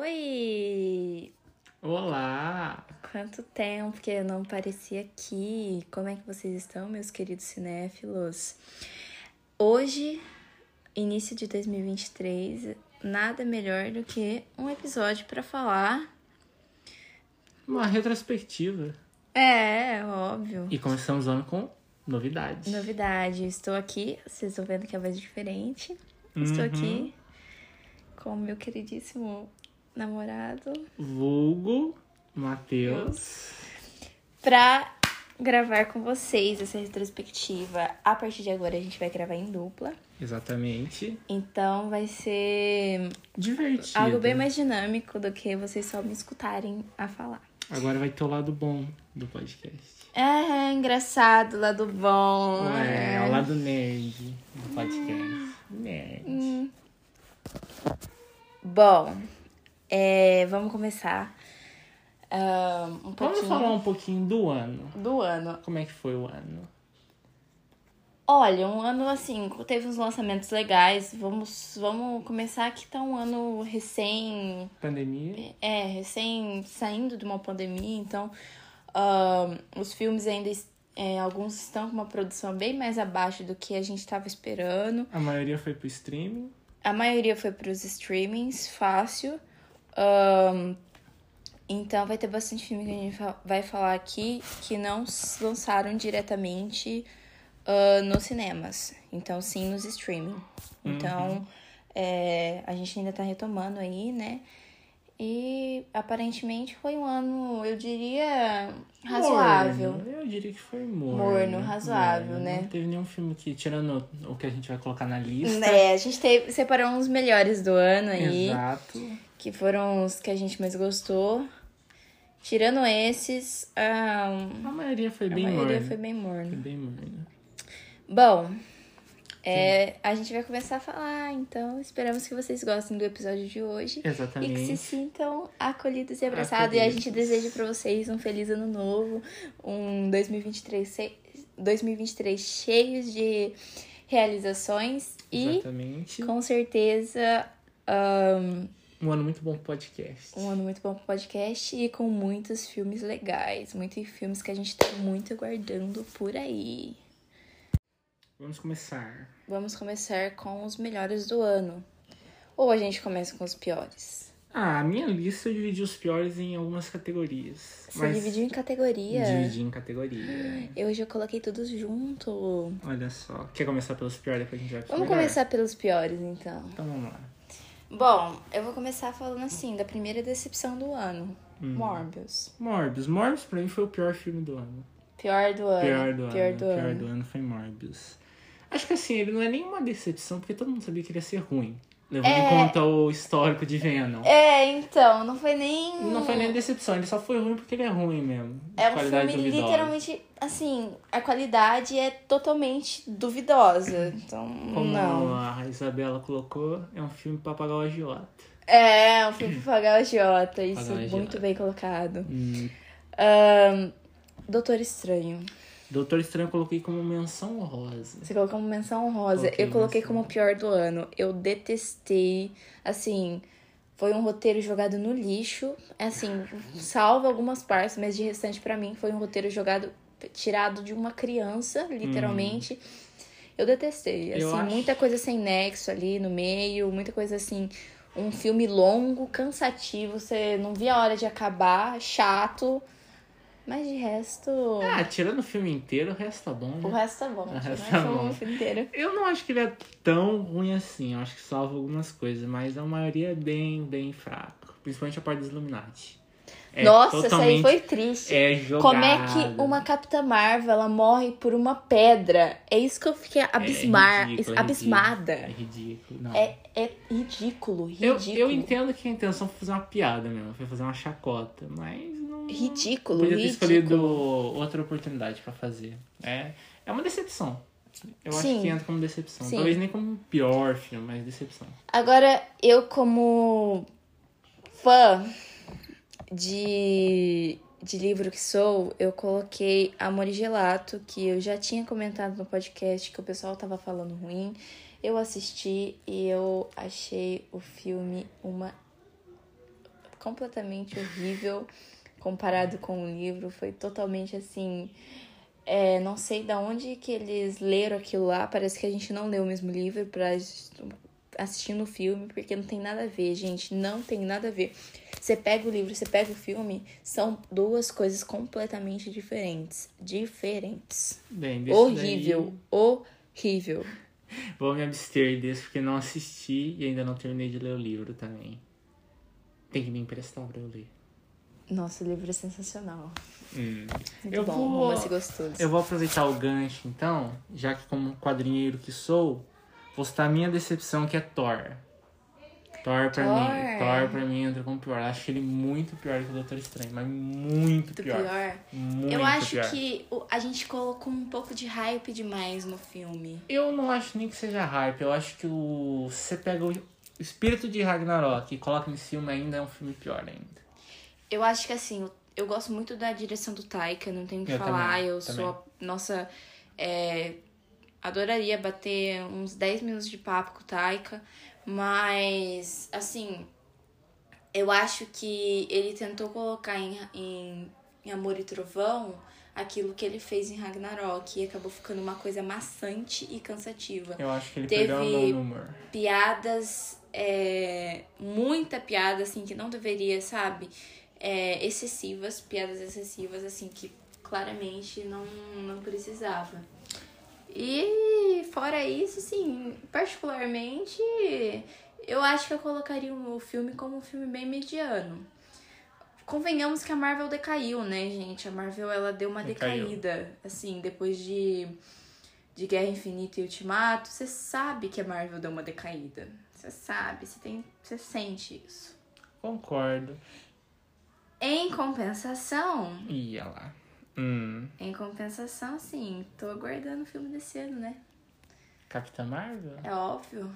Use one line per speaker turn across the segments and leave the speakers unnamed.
Oi!
Olá!
Quanto tempo que eu não parecia aqui! Como é que vocês estão, meus queridos cinéfilos? Hoje, início de 2023, nada melhor do que um episódio para falar.
Uma retrospectiva.
É, óbvio.
E começamos o ano com novidades.
Novidade, estou aqui, vocês estão vendo que a voz é diferente. Estou
Uhum.
aqui com o meu queridíssimo namorado
Vulgo, Matheus.
pra gravar com vocês essa retrospectiva. A partir de agora a gente vai gravar em dupla.
Exatamente.
Então vai ser
Divertido.
algo bem mais dinâmico do que vocês só me escutarem a falar.
Agora vai ter o lado bom do podcast.
É, engraçado, lado bom.
É, o lado nerd do podcast. Nerd.
Bom, é, vamos começar ah, um
Vamos
pouquinho
falar um pouquinho do ano.
do ano.
Como é que foi o ano?
Olha, um ano assim, teve uns lançamentos legais. Vamos, vamos começar que tá um ano recém
Pandemia?
É, recém saindo de uma pandemia, então ahn, os filmes ainda. es- é, alguns estão com uma produção bem mais abaixo do que a gente estava esperando.
A maioria foi pro streaming.
A maioria foi para os streamings, fácil. Ahn, então vai ter bastante filme que a gente fa- vai falar aqui que não s- lançaram diretamente ah, nos cinemas. Então sim nos streaming. Então
Uhum.
é, a gente ainda tá retomando aí, né? E aparentemente foi um ano, eu diria, razoável.
Morno. Eu diria que foi morno. É,
Morno, razoável, né?
Não teve nenhum filme que, tirando o que a gente vai colocar na lista.
É, a gente teve, separou uns melhores do ano aí.
Exato.
que foram os que a gente mais gostou. Tirando esses, ah,
A maioria foi
a
bem
maioria
morna.
foi bem
Foi
morno.
bem morna.
Bom, é, a gente vai começar a falar, então esperamos que vocês gostem do episódio de hoje. E que se
Exatamente.
sintam acolhidos e abraçados. E a gente
Acolhidos.
deseja pra vocês um feliz ano novo, um 2023, se- 2023 cheio de realizações e,
Exatamente.
com certeza,
Um ano muito bom pro podcast.
Um ano muito bom pro podcast e com muitos filmes legais. Muitos filmes que a gente tá muito aguardando por aí.
Vamos começar.
Vamos começar com os melhores do ano. Ou a gente começa com os piores.
Ah, a minha lista eu dividi os piores em algumas categorias.
Você
mas
dividiu em categoria.
dividi em categoria.
Eu já coloquei tudo junto.
Olha só. Quer começar pelos piores, depois a gente vai pro
Vamos
melhor?
começar pelos piores, então.
Então vamos lá.
Bom, eu vou começar falando assim, da primeira decepção do ano. Morbius.
Hum. Morbius. Morbius pra mim foi o pior filme do ano.
Pior do ano.
Pior do
pior
ano.
Do
pior
ano.
do ano foi Morbius. Acho que assim, ele não é nenhuma decepção, porque todo mundo sabia que ele ia ser ruim. Levando
É.
em conta o histórico de Venom.
É, então, não foi nem...
Não foi nem decepção, ele só foi ruim porque ele é ruim mesmo. de
É um
qualidade
filme
duvidosa.
literalmente, assim, a qualidade é totalmente duvidosa. Então,
Como
não.
a Isabela colocou, é um filme pra pagar o agiota.
É, um filme pra pagar o Jota, isso
Pagar o
muito
agiota.
bem colocado.
Hum,
Ahn, Doutor Estranho.
Doutor Estranho eu coloquei como menção honrosa.
Você colocou como menção honrosa.
Coloquei
eu coloquei
menção.
como o pior do ano. Eu detestei. Assim, foi um roteiro jogado no lixo. Assim, salva algumas partes, mas de restante pra mim foi um roteiro jogado, tirado de uma criança, literalmente. Eu detestei. Assim,
Eu acho-
muita coisa sem nexo ali no meio, muita coisa assim. Um filme longo, cansativo, você não via a hora de acabar, chato. Mas de resto,
Ah, tirando o filme inteiro, o resto tá bom,
o
né?
resto tá bom.
O resto
né?
tá
Foi um
bom.
filme inteiro.
Eu não acho que ele é tão ruim assim, eu acho que salva algumas coisas, mas a maioria é bem, bem fraco. Principalmente a parte dos Illuminati. É
Nossa, isso aí
totalmente-
foi triste.
É jogado.
Como é que uma Capitã Marvel ela morre por uma pedra? É isso que eu fiquei abismar,
ridículo, é
abismada.
É ridículo. Não.
É, é ridículo,
Eu,
ridículo.
eu entendo que a intenção foi fazer uma piada mesmo, foi fazer uma chacota, mas não.
Ridículo,
Podia ter escolhido
ridículo.
outra oportunidade pra fazer. É, é uma decepção. Eu
Sim.
acho que entra como decepção.
Sim.
Talvez nem como pior filme, mas decepção.
Agora, eu como fã de de livro que sou, eu coloquei Amor e Gelato, que eu já tinha comentado no podcast que o pessoal tava falando ruim. Eu assisti e eu achei o filme uma completamente horrível comparado com o livro. Foi totalmente assim. É, não sei da onde que eles leram aquilo lá. Parece que a gente não leu o mesmo livro para assistindo o filme, porque não tem nada a ver, gente. Não tem nada a ver. Você pega o livro, você pega o filme, são duas coisas completamente diferentes. Diferentes.
Bem, desse
Horrível. Horrível.
daí, vou me abster desse porque não assisti e ainda não terminei de ler o livro também. Tem que me emprestar pra eu ler.
Nossa, o livro é sensacional.
Hum.
Muito
Eu
bom,
vou-
romance é gostoso.
Eu vou aproveitar o gancho então, já que como quadrinheiro que sou, vou citar a minha decepção que é Thor. Thor pra
Thor.
mim, Thor pra mim entra como pior. Acho ele muito pior que o Doutor Estranho, mas muito
Muito
pior.
pior.
Muito
Eu acho
pior.
que o- a gente colocou um pouco de hype demais no filme.
Eu não acho nem que seja hype. Eu acho que o. Se você pega o espírito de Ragnarok e coloca em filme ainda, é um filme pior ainda.
Eu acho que assim, eu- eu gosto muito da direção do Taika, não tenho o que
Eu
falar.
também,
eu sou a, nossa. é, adoraria bater uns 10 minutos de papo com o Taika, mas assim, eu acho que ele tentou colocar em, em, em Amor e Trovão aquilo que ele fez em Ragnarok e acabou ficando uma coisa maçante e cansativa.
Eu acho que ele
Teve-
perdeu a mão no humor.
piadas, é, muita piada, assim, que não deveria, sabe? É, excessivas, piadas excessivas, assim, que claramente não, não precisava. E fora isso, assim, particularmente, eu acho que eu colocaria o filme como um filme bem mediano. Convenhamos que a Marvel decaiu, né, gente? A Marvel, ela deu uma
Decaiu.
decaída, assim, depois de de Guerra Infinita e Ultimato, você sabe que a Marvel deu uma decaída. Você sabe, você tem, você sente isso.
Concordo.
Em compensação,
Ia lá. Hum.
em compensação, sim, tô aguardando o filme desse ano, né?
Capitã Marvel?
É óbvio.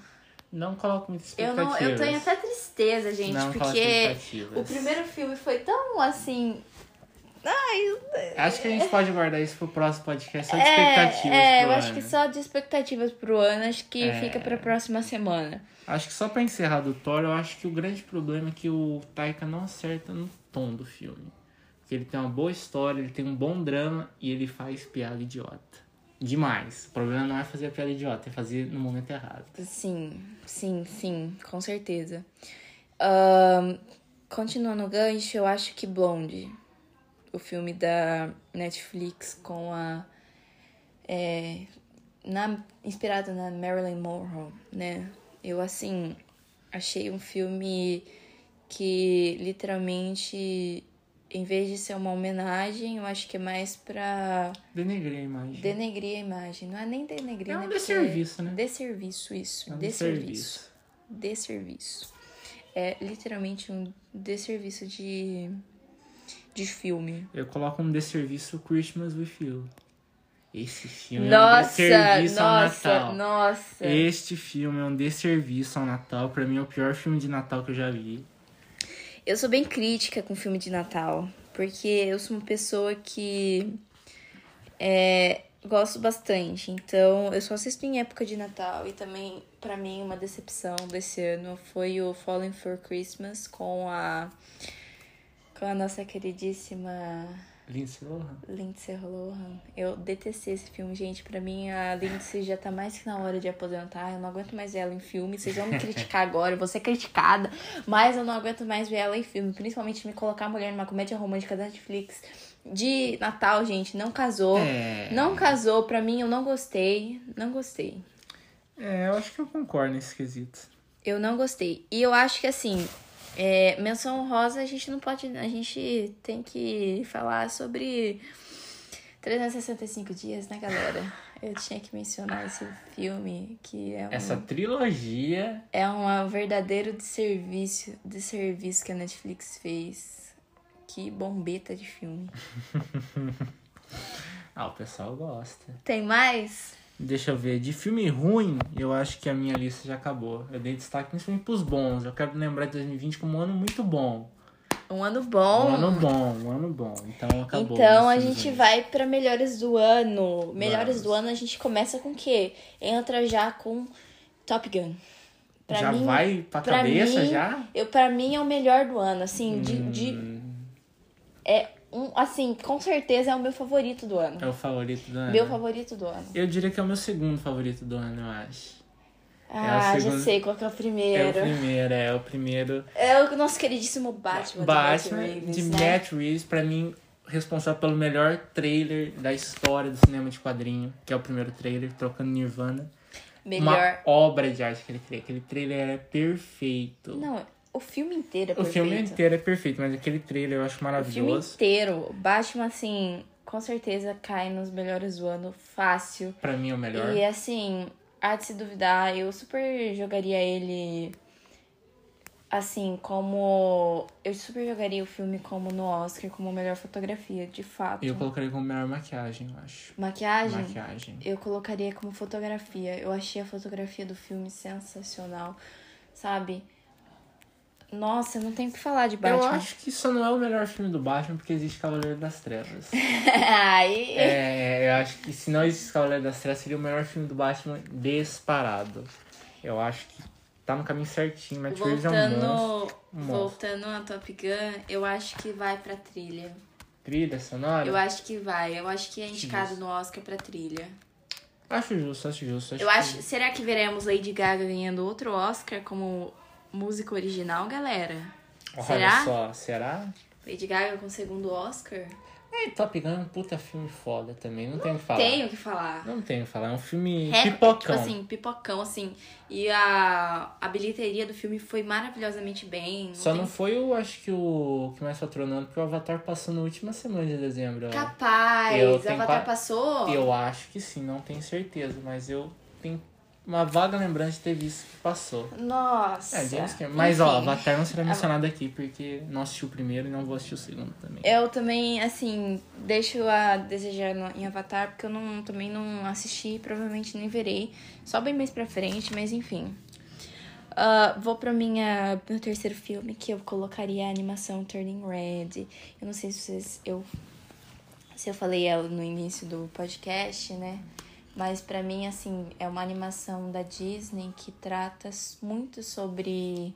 Não coloco muitas
Eu
expectativas.
não, eu tenho até tristeza, gente,
Não coloco
porque
expectativas.
o primeiro filme foi tão assim,
Acho que a gente pode guardar isso pro próximo podcast, só de
é,
expectativas
é,
pro
eu acho
ano.
que só de expectativas pro ano, acho que
É.
fica pra próxima semana.
Acho que só pra encerrar do Thor, eu acho que o grande problema é que o Taika não acerta no tom do filme. Porque ele tem uma boa história, ele tem um bom drama e ele faz piada idiota. Demais. O problema não é fazer a piada idiota, é fazer no momento errado.
Sim, sim, sim, com certeza. Ahn, continuando o gancho, eu acho que Blonde, o filme da Netflix com a. é, na, inspirado na Marilyn Monroe, né? Eu, assim, achei um filme que literalmente, em vez de ser uma homenagem, eu acho que é mais pra
Denegrei a imagem.
denegrir a imagem. Não é nem denegrir,
É um
né?
desserviço, né?
Desserviço, isso.
É um
desserviço. Desserviço. É literalmente um desserviço de, de filme.
Eu coloco um desserviço Christmas with You. Esse filme
Nossa,
é um desserviço ao
nossa,
Natal.
nossa.
Este filme é um desserviço ao Natal. Pra mim é o pior filme de Natal que eu já vi.
Eu sou bem crítica com filme de Natal, porque eu sou uma pessoa que é, gosto bastante. Então, eu só assisto em época de Natal e também, pra mim, uma decepção desse ano foi o Falling for Christmas com a com a nossa queridíssima
Lindsay Lohan.
Lindsay Lohan. Eu detestei esse filme, gente. Pra mim, a Lindsay já tá mais que na hora de aposentar. Eu não aguento mais ver ela em filme. Vocês vão me criticar agora, eu vou ser criticada. Mas eu não aguento mais ver ela em filme. Principalmente me colocar a mulher numa comédia romântica da Netflix de Natal, gente. Não casou.
É.
Oh, Não casou. Pra mim, eu não gostei. Não gostei.
É, eu acho que eu concordo nesse quesito.
Eu não gostei. E eu acho que assim, é, menção rosa a gente não pode. A gente tem que falar sobre 365 dias, né, galera? Eu tinha que mencionar esse filme, que é um,
Essa trilogia
é um verdadeiro desserviço, desserviço que a Netflix fez. Que bombeta de filme.
Ah, o pessoal gosta.
Tem mais?
Deixa eu ver. De filme ruim, eu acho que a minha lista já acabou. Eu dei destaque principalmente pros bons. Eu quero lembrar de 2020 como um ano muito bom.
Um ano bom.
Um ano bom, um ano bom. Então acabou.
Então a
isso,
gente
né?
vai pra melhores do ano. Melhores
Vamos.
do ano a gente começa com o quê? Entra já com Top Gun. Pra
já
mim,
vai pra,
pra
cabeça
mim,
já?
Eu, pra mim é o melhor do ano, assim, de, de
Hum,
um, assim, com certeza é o meu favorito do ano.
É o favorito do ano.
Meu favorito do ano.
Eu diria que é o meu segundo favorito do ano, eu acho.
Ah, já
É segunda-
sei qual que é o
É o
primeiro.
primeiro, é o primeiro.
É o nosso queridíssimo Batman,
Batman
do Matt Reeves,
de
né?
Matt Reeves, pra mim, responsável pelo melhor trailer da história do cinema de quadrinho, que é o primeiro trailer, trocando Nirvana.
Melhor.
Uma obra de arte que ele cria. Aquele trailer era perfeito.
Não, o filme inteiro é
o
perfeito.
filme inteiro é perfeito, mas aquele trailer eu acho
O filme
maravilhoso.
inteiro. O Batman, assim, com certeza cai nos melhores do ano, fácil.
Pra mim é o melhor.
E assim, há de se duvidar, eu super jogaria ele. Assim, como. Eu super jogaria o filme como no Oscar, como melhor fotografia, de fato.
Eu colocaria como melhor maquiagem, eu acho.
Maquiagem?
Maquiagem.
Eu colocaria como fotografia. Eu achei a fotografia do filme sensacional, sabe? Nossa, não tem o que falar de
Eu
Batman.
acho que isso não é o melhor filme do Batman porque existe Cavaleiro das Trevas.
Aí.
é, eu acho que se não existisse Cavaleiro das Trevas seria o melhor filme do Batman disparado. Eu acho que tá no caminho certinho. Matt Reeves é um monstro.
Voltando,
monstro.
voltando a Top Gun, eu acho que vai pra trilha.
Trilha sonora?
Eu acho que vai. Eu acho que é indicado no Oscar pra trilha.
Acho justo, acho justo.
Eu acho. Será que veremos Lady Gaga ganhando outro Oscar como música original, galera?
Olha
Será?
só, será?
Lady Gaga com o segundo Oscar?
É, Top Gun é um puta filme foda também, não, tem o que falar.
Tenho que falar.
Não tem o que falar, é um filme
Rec- Tipo
pipocão.
assim, pipocão, assim. E a, a bilheteria do filme foi maravilhosamente bem. Não
Só
tem-
não foi, eu acho que o que mais patronando, porque o Avatar passou na última semana de dezembro. eu acho. Eu
Capaz,
tenho
Avatar
quatro-
passou.
Eu acho que sim, não tenho certeza, mas eu tenho uma vaga lembrança de ter visto que passou.
Nossa.
É, James Cameron. Mas ó,
Enfim.
Avatar não será mencionado aqui, porque não assisti o primeiro e não vou assistir o segundo também.
Eu também, assim, deixo a desejar no- em Avatar, porque eu não, também não assisti, provavelmente nem verei. Só bem mais pra frente, mas enfim. Ah, vou pra minha, meu terceiro filme, que eu colocaria a animação Turning Red. Eu não sei se vocês. Eu, se eu falei ela no início do podcast, né? Mas pra mim, assim, é uma animação da Disney que trata s- muito sobre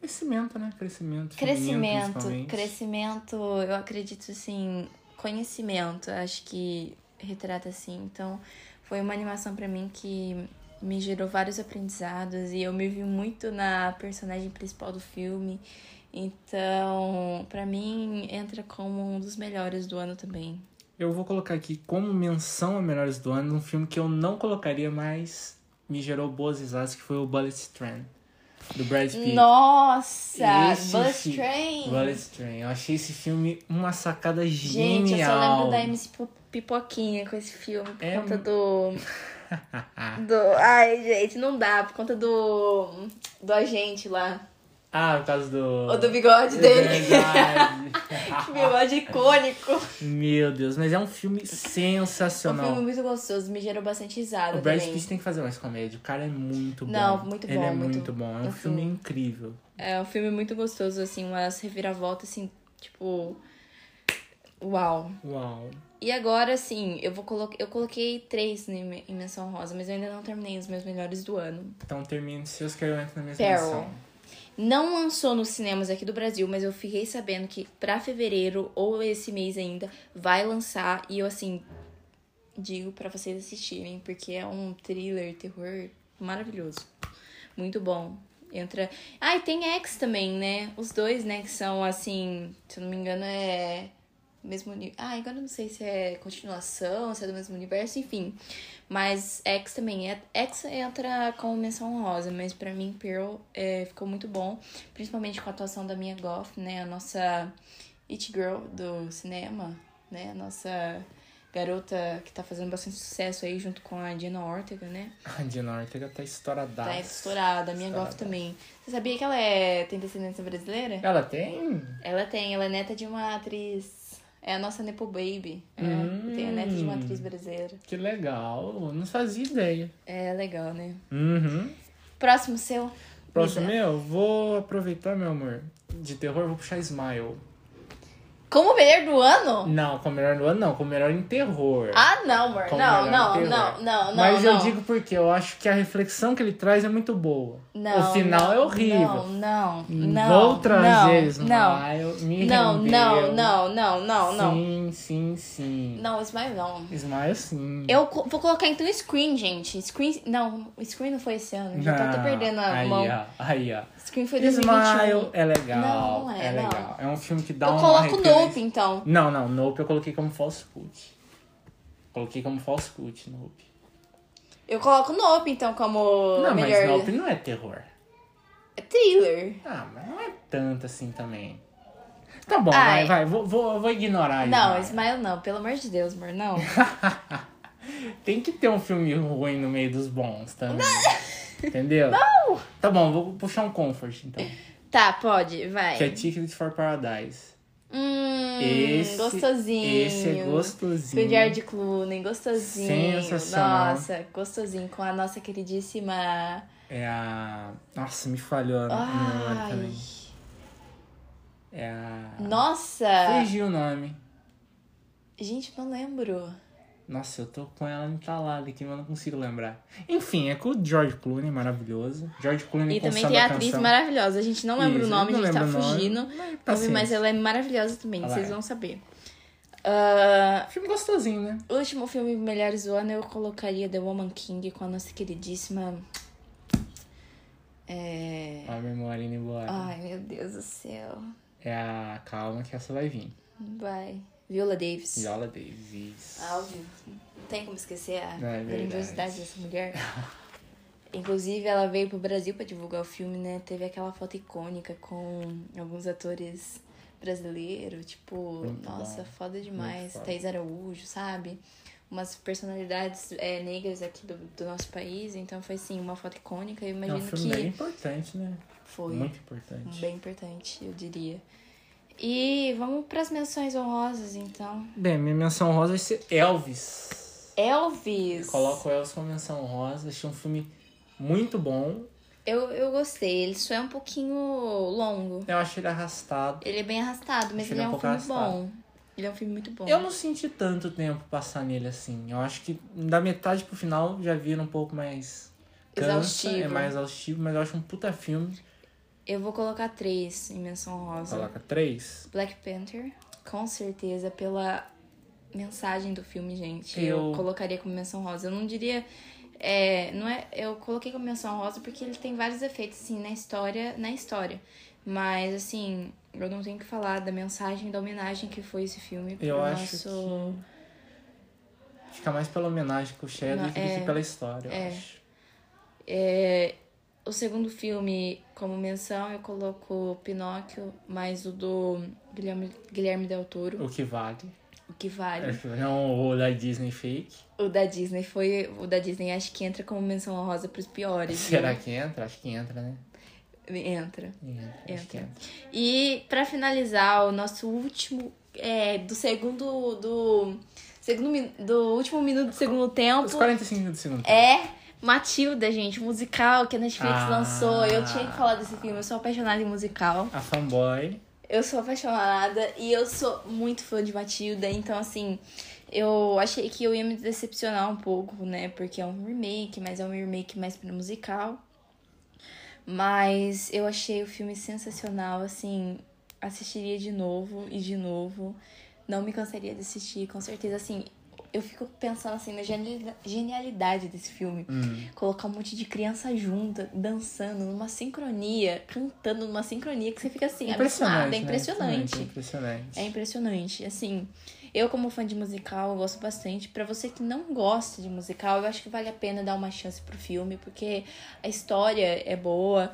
Crescimento, né? Crescimento. feminino,
Crescimento,
principalmente.
crescimento, eu acredito assim, conhecimento, acho que retrata assim. Então, foi uma animação pra mim que me gerou vários aprendizados e eu me vi muito na personagem principal do filme. Então, pra mim entra como um dos melhores do ano também.
Eu vou colocar aqui como menção a melhores do ano um filme que eu não colocaria, mas me gerou boas risadas, que foi o Bullet Train, do Brad Pitt.
Nossa,
Esse
Bus
fi-
Train.
Bullet Train. Eu achei esse filme uma sacada genial.
Gente, eu só lembro da MC Pi- Pipoquinha com esse filme por
É
conta do. do. Ai, gente, não dá, por conta do. do agente lá.
Ah, por causa do...
Ou do bigode dele.
Verdade.
bigode icônico.
Meu Deus, mas é um filme
Foi um
sensacional.
filme muito gostoso, me gerou bastante risada
O Brad
também.
Pitt tem que fazer mais comédia. O cara é muito bom.
Não, muito
Ele
bom,
é
muito-
muito bom. É um
assim.
filme incrível.
É um filme muito gostoso, assim, umas reviravoltas, assim, tipo. Uau.
Uau.
E agora, assim, eu vou colocar. Eu coloquei três na em em menção rosa, mas eu ainda não terminei os meus melhores do ano.
Então termine seus que eu entro na minha
Pearl.
seleção.
Não lançou nos cinemas aqui do Brasil, mas eu fiquei sabendo que pra fevereiro ou esse mês ainda vai lançar e eu assim digo pra vocês assistirem, porque é um thriller, terror maravilhoso. Muito bom. Entra. Ah, e tem X também, né? Os dois, né, que são assim, se eu não me engano, é mesmo uni- Ah, agora eu não sei se é continuação, se é do mesmo universo, enfim. Mas X também. é- X entra como menção rosa, mas pra mim Pearl é, ficou muito bom. Principalmente com a atuação da Mia Goff, né? A nossa It Girl do cinema, né? A nossa garota que tá fazendo bastante sucesso aí junto com a Jenna Ortega, né?
A Dina Ortega tá estourada.
Tá estourada, a Mia
Estourada. É.
Goff também. Você sabia que ela é... tem descendência brasileira?
Ela tem?
Ela tem, ela é neta de uma atriz. É a nossa Nepo Baby. É,
Hum.
Tem a neta de uma atriz brasileira.
Que legal. Não fazia ideia.
É legal, né?
Uhum.
Próximo seu.
Próximo
Isa.
meu, vou aproveitar, meu amor, de terror, eu vou puxar Smile.
Como o melhor do ano?
Não, com o melhor no ano, não, com o melhor em terror.
Ah, não, amor.
Com o
Não,
melhor
não,
terror.
não, não, não.
Mas eu
não.
digo porque eu acho que a reflexão que ele traz é muito boa.
Não,
o final é
não,
horrível.
Não, não, não.
Vou trazer
não,
Smile.
Não,
Me
não, não,
rendeu.
não, não, não, não.
Sim, sim, sim.
Não, Smile não.
Smile sim.
Eu co- vou colocar então Screen, gente. Screen. Não, Screen não foi esse ano. Já tô até
Não,
perdendo a
Ah, aí,
mão.
ó, Aí, ó.
Screen foi 2021.
Smile é legal.
Não, não é,
é,
não.
legal. É um filme que dá
Eu
uma
coloco
referência-
Nope, então.
Não, não, Nope eu coloquei como false cult. Coloquei como false cult, Nope.
Eu coloco Nope, então, como
não,
melhor.
mas Nope não é terror.
É thriller.
Ah, mas não é tanto assim também. Tá bom,
Ai.
vai, vai. Vou, vou, vou ignorar
Não,
é Smile.
Smile não, pelo amor de Deus, amor, não.
Tem que ter um filme ruim no meio dos bons também. Entendeu? Não! Tá bom, vou puxar um comfort então.
tá, pode, vai.
Que é Ticket for Paradise.
Hum,
Esse-
gostosinho.
Esse é gostosinho.
Com o George Clooney, gostosinho.
Sensacional.
Nossa, gostosinho. Com a nossa queridíssima.
É a. Nossa, me falhou a memória
Ai.
Ah, também. É a.
Nossa!
Fugiu o nome.
Gente, não lembro.
Nossa, eu tô com ela entalada aqui, mas eu não consigo lembrar. Enfim, é com o George Clooney, maravilhoso. George Clooney
E também
com
tem a
samba
atriz
canção.
maravilhosa. A gente não lembra
Isso,
o nome, a
não
gente tá
lembro o nome. tá
fugindo.
paciência.
Mas ela é maravilhosa também,
Ela
vocês
é.
vão saber. Ah,
Filme gostosinho, né?
O último filme Melhores do Ano eu colocaria The Woman King com a nossa queridíssima. É.
A memória indo embora.
Ai, meu Deus do céu.
É a. Calma que essa vai vir.
Vai. Viola Davis.
Viola Davis.
Óbvio. Não tem como esquecer a
É verdade.
grandiosidade dessa mulher. Inclusive, ela veio pro Brasil pra divulgar o filme, né? Teve aquela foto icônica com alguns atores brasileiros, tipo,
Muito
nossa,
bom.
foda demais.
Muito foda.
Thaís Araújo, sabe? Umas personalidades é, negras aqui do, do nosso país. Então foi assim, uma foto icônica. Eu
É um
imagino
filme
que
bem importante, né?
foi um
Muito importante.
bem importante, eu diria. E vamos pras menções honrosas, então.
Bem, minha menção rosa vai ser Elvis.
Elvis!
Coloco o Elvis como menção rosa. Achei um filme muito bom.
Eu, eu gostei, ele só é um pouquinho longo.
Eu acho ele arrastado.
Ele é bem arrastado, mas
Achei
ele é
ele um
um
pouco
filme
arrastado.
bom. Ele é um filme muito bom.
Eu não senti tanto tempo passar nele assim. Eu acho que da metade pro final já vira um pouco mais. cansa,
Exaustivo.
É mais exaustivo, mas eu acho um puta filme.
Eu vou colocar três em menção rosa.
Coloca três.
Black Panther, com certeza, pela mensagem do filme, gente. Eu,
Eu-
colocaria como menção rosa. Eu não diria. é, não é, eu coloquei como menção rosa porque ele tem vários efeitos, assim, na história, na história. Mas, assim, eu não tenho que falar da mensagem, da homenagem que foi esse filme. pro
Eu acho
nosso-
que fica mais pela homenagem com o
Não,
Shadow do que
é.
pela história, eu
É.
acho.
É, o segundo filme, como menção, eu coloco Pinóquio, mas o do Guilherme, Guilherme Del Toro,
O que vale. É,
o que vale.
Não o da Disney fake.
O da Disney foi. O da Disney acho que entra como menção honrosa pros piores. viu?
Será que entra? Acho que entra, né?
Entra.
Entra. Acho que
Entra.
entra.
E pra finalizar, o nosso último. É, do segundo. Do. Segundo, min- do último minuto do segundo tempo.
Os 45 do segundo tempo.
É Matilda, gente, um musical que a Netflix
Ah.
lançou. Eu tinha que falar desse filme, eu sou apaixonada em musical.
A fanboy.
Eu sou apaixonada e eu sou muito fã de Matilda, então assim, eu achei que eu ia me decepcionar um pouco, né? Porque é um remake, mas é um remake mais pra musical. Mas eu achei o filme sensacional, assim, assistiria de novo e de novo. Não me cansaria de assistir, com certeza, assim, eu fico pensando assim na genialida- genialidade desse filme.
Hum.
Colocar um monte de criança junta, dançando, numa sincronia, cantando numa sincronia que você fica assim, abismada, é
né?
impressionante.
Impressionante.
É impressionante, assim. Eu, como fã de musical, eu gosto bastante. Pra você que não gosta de musical, eu acho que vale a pena dar uma chance pro filme, porque a história é boa.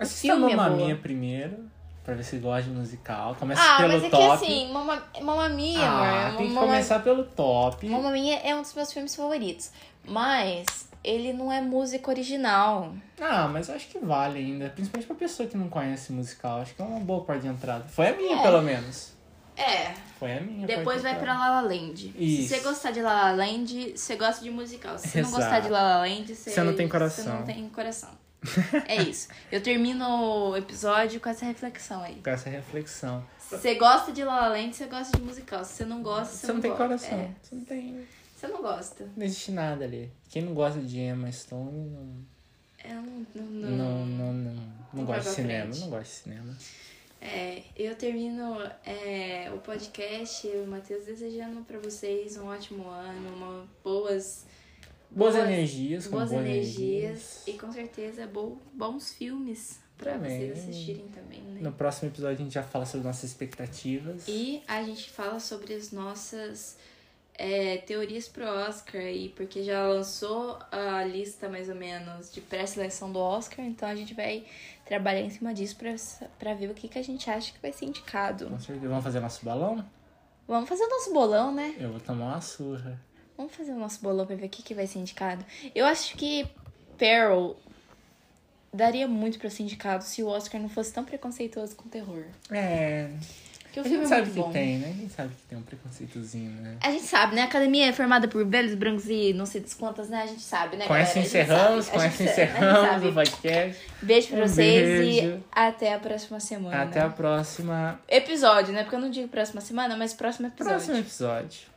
O
Assista a
filme é
Mamma
boa.
Mia primeiro, pra ver se gosta de musical. Começa
ah,
pelo
mas é
top.
que assim, Mamma Mamma Mia,
ah,
amor.
tem que
Mamma-
começar pelo top.
Mamma Mia é um dos meus filmes favoritos. Mas ele não é música original.
Ah, mas eu acho que vale ainda. Principalmente pra pessoa que não conhece musical. Acho que é uma boa porta de entrada. Foi a minha,
É.
pelo menos.
É,
Foi a minha.
Depois vai pra
lá.
La La Land. Se
Isso.
você gostar de La La Land, você gosta de musical. Se você não
Exato.
gostar de La La Land, você,
Você não tem coração.
Você não tem coração. É isso. Eu termino o episódio com essa reflexão aí.
Com essa reflexão.
Se você gosta de La La Land, você gosta de musical. Se você não gosta, você,
Você não tem
gosta.
coração.
É,
Você não tem.
você não gosta.
Não existe nada ali. Quem não gosta de Emma Stone não.
É, Eu não, não, não-
Não, não, não. Não
Não vai
gosta de
pra
cinema.
frente.
Não gosta de cinema.
É, eu termino é, o podcast, eu e o Matheus, desejando pra vocês um ótimo ano, uma boas,
Boas,
Boas-
energias, com
boas energias e com certeza bo- bons filmes pra
Também.
vocês assistirem também, né?
No próximo episódio a gente já fala sobre nossas expectativas.
E a gente fala sobre as nossas é, teorias pro Oscar aí, porque já lançou a lista mais ou menos de pré-seleção do Oscar, então a gente vai trabalhar em cima disso pra, pra ver o que, que a gente acha que vai ser indicado.
Com certeza. Vamos fazer nosso balão?
Vamos fazer o nosso bolão, né?
Eu vou tomar uma surra.
Vamos fazer o nosso bolão pra ver o que, que vai ser indicado. Eu acho que Peril daria muito pra ser indicado se o Oscar não fosse tão preconceituoso com o terror.
É.
Porque o
A
filme
gente
é
sabe
muito
que
bom.
tem, né? A gente sabe que tem um preconceitozinho, né?
A gente sabe, né? A academia é formada por velhos, brancos e não sei das quantas, né? A gente sabe, né?
Com essa
galera? A
encerramos,
gente
com
sabe, a
essa
gente sabe, a gente
encerramos
sabe.
o podcast.
Beijo pra
Um
vocês e
beijo.
até a próxima semana. né?
Até a próxima.
Episódio, né? Porque eu não digo próxima semana, mas próximo episódio.
Próximo episódio.